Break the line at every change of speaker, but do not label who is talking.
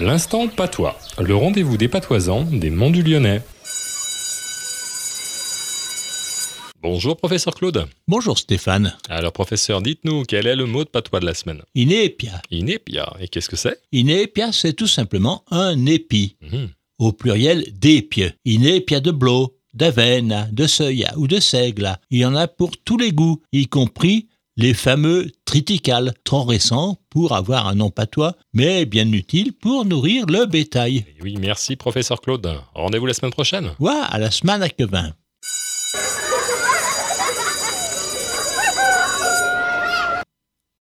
L'instant patois, le rendez-vous des patoisans des Monts du Lyonnais. Bonjour professeur Claude.
Bonjour Stéphane.
Alors professeur, dites-nous quel est le mot de patois de la semaine
Inépia.
Inépia. Et qu'est-ce que c'est
Inépia, c'est tout simplement un épi,
Mhm.
au pluriel d'épieux. Inépia de blot, d'avena, de seuil ou de seigle. Il y en a pour tous les goûts, y compris les fameux triticales, trop récents pour avoir un nom patois, mais bien utiles pour nourrir le bétail.
Eh Et Oui, merci professeur Claude. Rendez-vous la semaine prochaine.
Voilà, à la semaine à Quevin.